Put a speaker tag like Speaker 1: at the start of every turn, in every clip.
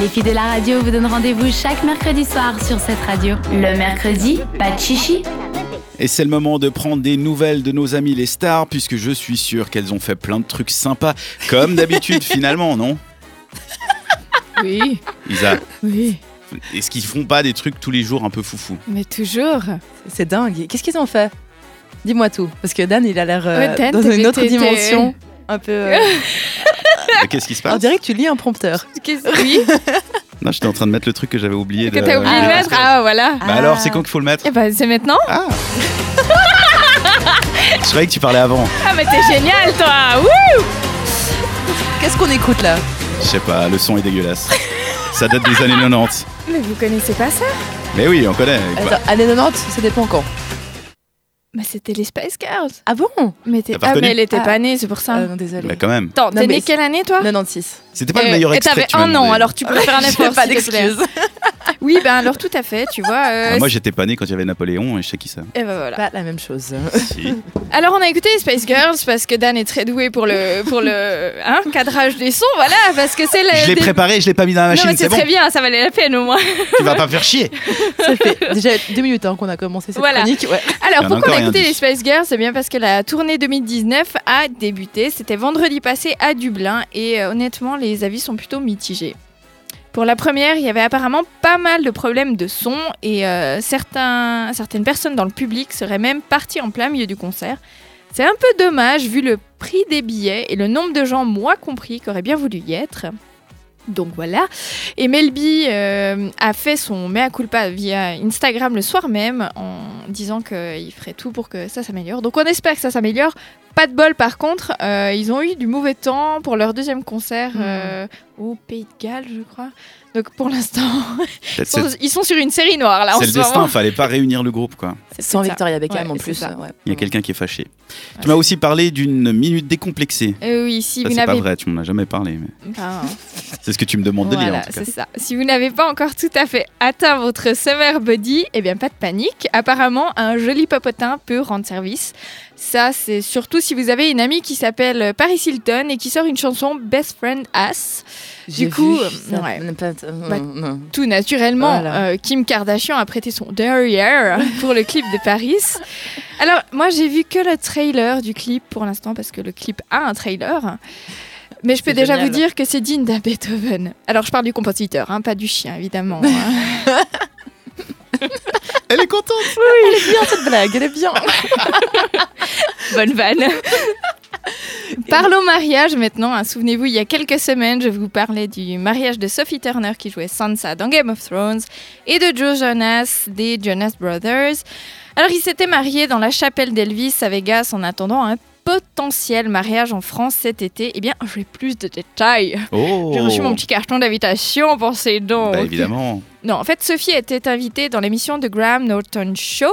Speaker 1: Les filles de la radio vous donnent rendez-vous chaque mercredi soir sur cette radio. Le mercredi, pas de chichi,
Speaker 2: Et c'est le moment de prendre des nouvelles de nos amies les stars, puisque je suis sûr qu'elles ont fait plein de trucs sympas, comme d'habitude finalement, non
Speaker 3: Oui,
Speaker 2: Isa,
Speaker 3: oui,
Speaker 2: est-ce qu'ils font pas des trucs tous les jours un peu foufou
Speaker 3: mais toujours.
Speaker 4: C'est dingue. Qu'est-ce qu'ils ont fait Dis-moi tout. Parce que Dan, il a l'air euh,
Speaker 3: Ouais, Dan,
Speaker 4: dans
Speaker 3: t'es-
Speaker 4: une autre
Speaker 3: t'es- t'es-
Speaker 4: dimension. Un peu. euh,
Speaker 2: Mais Qu'est-ce qui se
Speaker 4: On
Speaker 2: passe
Speaker 4: dirait que tu lis un prompteur.
Speaker 3: Oui,
Speaker 2: Non, j'étais en train de mettre le truc que j'avais oublié.
Speaker 3: que t'as oublié de
Speaker 4: Ah.
Speaker 3: mettre. Ah, voilà.
Speaker 2: Bah alors, c'est quand qu'il faut le mettre
Speaker 3: Et bah, c'est maintenant.
Speaker 2: Ah Je croyais que tu parlais avant.
Speaker 3: Ah, mais t'es génial, toi. Ouh.
Speaker 4: Qu'est-ce qu'on écoute là
Speaker 2: Je sais pas, le son est dégueulasse. Ça date des années 90.
Speaker 3: Mais vous connaissez pas ça
Speaker 2: Mais oui, on connaît. Bah, quoi.
Speaker 4: Attends, années 90, ça dépend quand.
Speaker 3: Bah, c'était les Spice Girls.
Speaker 4: Ah bon
Speaker 3: Mais t'es-
Speaker 2: T'as pas
Speaker 3: ah,
Speaker 2: reconnu
Speaker 3: mais elle était
Speaker 4: Ah.
Speaker 3: pas née, c'est pour ça.
Speaker 4: Euh, Non, désolé.
Speaker 2: Bah quand même.
Speaker 3: Attends,
Speaker 4: Non,
Speaker 3: t'es
Speaker 4: mais-
Speaker 3: née quelle année, toi
Speaker 4: 96.
Speaker 2: C'était pas
Speaker 3: Euh,
Speaker 2: le meilleur
Speaker 3: Et
Speaker 2: extrait.
Speaker 3: t'avais
Speaker 2: que tu m'as
Speaker 3: un an,
Speaker 2: demandé.
Speaker 3: alors tu peux faire un effort.
Speaker 4: J'ai pas
Speaker 3: s'il te plaît.
Speaker 4: d'excuses.
Speaker 3: Oui, ben alors tout à fait, tu vois. euh,
Speaker 2: Ah, moi, j'étais pas né quand il y avait Napoléon et je sais qui ça.
Speaker 3: et ben voilà.
Speaker 4: Pas la même chose.
Speaker 2: Si.
Speaker 3: Alors on a écouté les Spice Girls parce que Dan est très doué pour le pour le hein, cadrage des sons, voilà, parce que c'est le.
Speaker 2: Je l'ai
Speaker 3: des-
Speaker 2: préparé, je l'ai pas mis dans la
Speaker 3: Non
Speaker 2: machine,
Speaker 3: mais
Speaker 2: c'est
Speaker 3: c'est
Speaker 2: bon.
Speaker 3: très bien, ça valait la peine au moins.
Speaker 2: Tu vas pas me faire chier.
Speaker 4: Ça fait déjà deux minutes hein, qu'on a commencé cette
Speaker 3: Voilà.
Speaker 4: chronique. Ouais.
Speaker 2: Il y en a
Speaker 3: Alors pourquoi on
Speaker 2: encore
Speaker 3: a
Speaker 2: rien
Speaker 3: écouté
Speaker 2: dit.
Speaker 3: les Spice Girls C'est bien parce que la tournée 2019 a débuté. C'était vendredi passé à Dublin et euh, honnêtement les avis sont plutôt mitigés. Pour la première, il y avait apparemment pas mal de problèmes de son et euh, certains, certaines personnes dans le public seraient même parties en plein milieu du concert. C'est un peu dommage vu le prix des billets et le nombre de gens, moi compris, qui auraient bien voulu y être. Donc voilà. Et Melby euh, a fait son mea culpa via Instagram le soir même en disant qu'il ferait tout pour que ça s'améliore. Donc on espère que ça s'améliore. Pas de bol par contre, euh, ils ont eu du mauvais temps pour leur deuxième concert
Speaker 4: Hmm.
Speaker 3: euh, au Pays de Galles, je crois. Donc pour l'instant,
Speaker 2: Peut-être
Speaker 3: ils sont-
Speaker 2: C'est
Speaker 3: ils sont sur une série noire là Bah, en
Speaker 2: c'est
Speaker 3: ce
Speaker 2: le destin,
Speaker 3: moment.
Speaker 2: fallait pas réunir le groupe quoi.
Speaker 3: C'est
Speaker 4: Sans
Speaker 3: peut-être ça.
Speaker 4: Victoria Beckham
Speaker 3: Ouais,
Speaker 4: en
Speaker 3: c'est
Speaker 4: plus.
Speaker 3: ça.
Speaker 4: ouais.
Speaker 2: Il y a quelqu'un qui est fâché.
Speaker 3: Ouais.
Speaker 2: Tu m'as aussi parlé d'une minute décomplexée.
Speaker 3: Euh, oui, si
Speaker 2: Ça,
Speaker 3: vous
Speaker 2: c'est pas
Speaker 3: n'avez
Speaker 2: vrai, tu m'en as jamais parlé. mais
Speaker 3: pas. hein.
Speaker 2: C'est ce que tu me demandes de lire
Speaker 3: Voilà,
Speaker 2: en tout cas.
Speaker 3: c'est ça. Si vous n'avez pas encore tout à fait atteint votre summer body, eh bien pas de panique. Apparemment, un joli popotin peut rendre service. Ça, c'est surtout si vous avez une amie qui s'appelle Paris Hilton et qui sort une chanson Best Friend Ass.
Speaker 4: J'ai
Speaker 3: Du coup,
Speaker 4: vu
Speaker 3: euh,
Speaker 4: ça.
Speaker 3: ouais.
Speaker 4: Non, pas- euh,
Speaker 3: Bah,
Speaker 4: non.
Speaker 3: Tout naturellement,
Speaker 4: Voilà.
Speaker 3: euh, Kim Kardashian a prêté son derrière pour le clip de Paris. Alors, moi, j'ai vu que le trailer du clip pour l'instant, parce que le clip a un trailer. Mais je peux
Speaker 4: C'est
Speaker 3: déjà
Speaker 4: génial.
Speaker 3: vous dire que c'est digne d'un Beethoven. Alors, je parle du compositeur, hein, pas du chien, évidemment. hein.
Speaker 2: Elle est contente.
Speaker 4: Elle est bien cette blague, elle est bien.
Speaker 3: Bonne vanne. Parlons mariage maintenant. hein. Souvenez-vous, il y a quelques semaines, je vous parlais du mariage de Sophie Turner qui jouait Sansa dans Game of Thrones et de Joe Jonas des Jonas Brothers. Alors, ils s'étaient mariés dans la chapelle d'Elvis à Vegas en attendant un potentiel mariage en France cet été. Eh bien, j'ai plus de détails.
Speaker 2: Oh.
Speaker 3: J'ai reçu mon petit carton d'invitation, pensez donc.
Speaker 2: Bah, évidemment.
Speaker 3: Non, en fait, Sophie était invitée dans l'émission de Graham Norton Show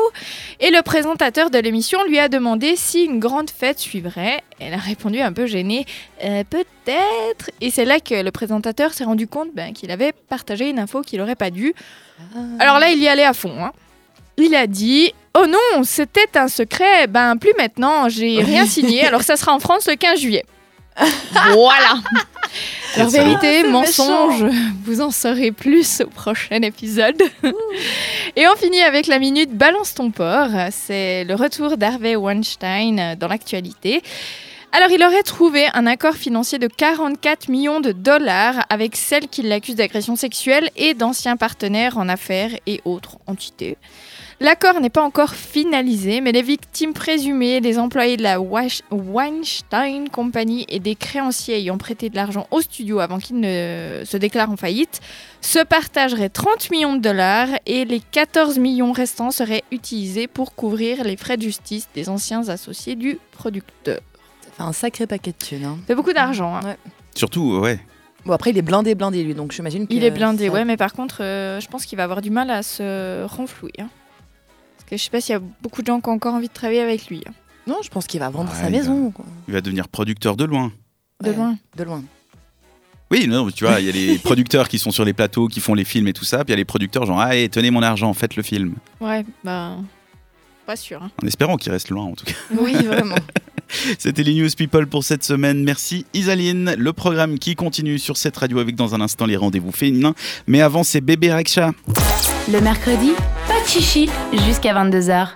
Speaker 3: et le présentateur de l'émission lui a demandé si une grande fête suivrait. Elle a répondu un peu gênée Euh, Peut-être. Et c'est là que le présentateur s'est rendu compte ben, qu'il avait partagé une info qu'il n'aurait pas dû. Alors là, il y allait à fond. hein. Il a dit Oh non, c'était un secret. Ben, plus maintenant, j'ai rien signé. Alors ça sera en France le 15 juillet. voilà. Alors,
Speaker 2: Quel salaud.
Speaker 3: vérité,
Speaker 4: c'est
Speaker 3: mensonge, vous en saurez plus au prochain épisode. Et on finit avec la minute Balance ton porc. C'est le retour d'Harvey Weinstein dans l'actualité. Alors, il aurait trouvé un accord financier de 44 millions de dollars avec celle qui l'accuse d'agression sexuelle et d'anciens partenaires en affaires et autres entités. L'accord n'est pas encore finalisé, mais les victimes présumées, les employés de la Wash- Weinstein Company et des créanciers ayant prêté de l'argent au studio avant qu'il ne se déclare en faillite se partageraient 30 millions de dollars et les 14 millions restants seraient utilisés pour couvrir les frais de justice des anciens associés du producteur.
Speaker 4: Ça fait un sacré paquet de thunes. hein.
Speaker 3: C'est beaucoup d'argent. hein.
Speaker 4: Ouais.
Speaker 2: Surtout, ouais.
Speaker 4: Bon, après, il est blindé, blindé, lui, donc j'imagine que.
Speaker 3: Il est blindé,
Speaker 4: euh, ça-
Speaker 3: ouais, mais par contre, euh, je pense qu'il va avoir du mal à se renflouer. hein. Parce que je sais pas s'il y a beaucoup de gens qui ont encore envie de travailler avec lui. hein.
Speaker 4: Non, je pense qu'il va vendre
Speaker 2: Ouais,
Speaker 4: sa
Speaker 2: Ah, il
Speaker 4: maison. quoi.
Speaker 2: Il va devenir producteur de loin.
Speaker 3: De
Speaker 4: Ouais,
Speaker 3: loin.
Speaker 4: De loin.
Speaker 2: Oui, non, mais tu vois, il y a les producteurs qui sont sur les plateaux, qui font les films et tout ça. Puis il y a les producteurs genre, allez, tenez mon argent, faites le film.
Speaker 3: Ouais, bah. Pas sûr. hein.
Speaker 2: En espérant qu'il reste loin en tout cas.
Speaker 4: Oui, vraiment.
Speaker 2: C'était les News People pour cette semaine. Merci Isaline. Le programme qui continue sur cette radio avec dans un instant les rendez-vous féminins. Mais avant, c'est Bébé Raksha.
Speaker 1: Le mercredi, pas de chichi jusqu'à 22h.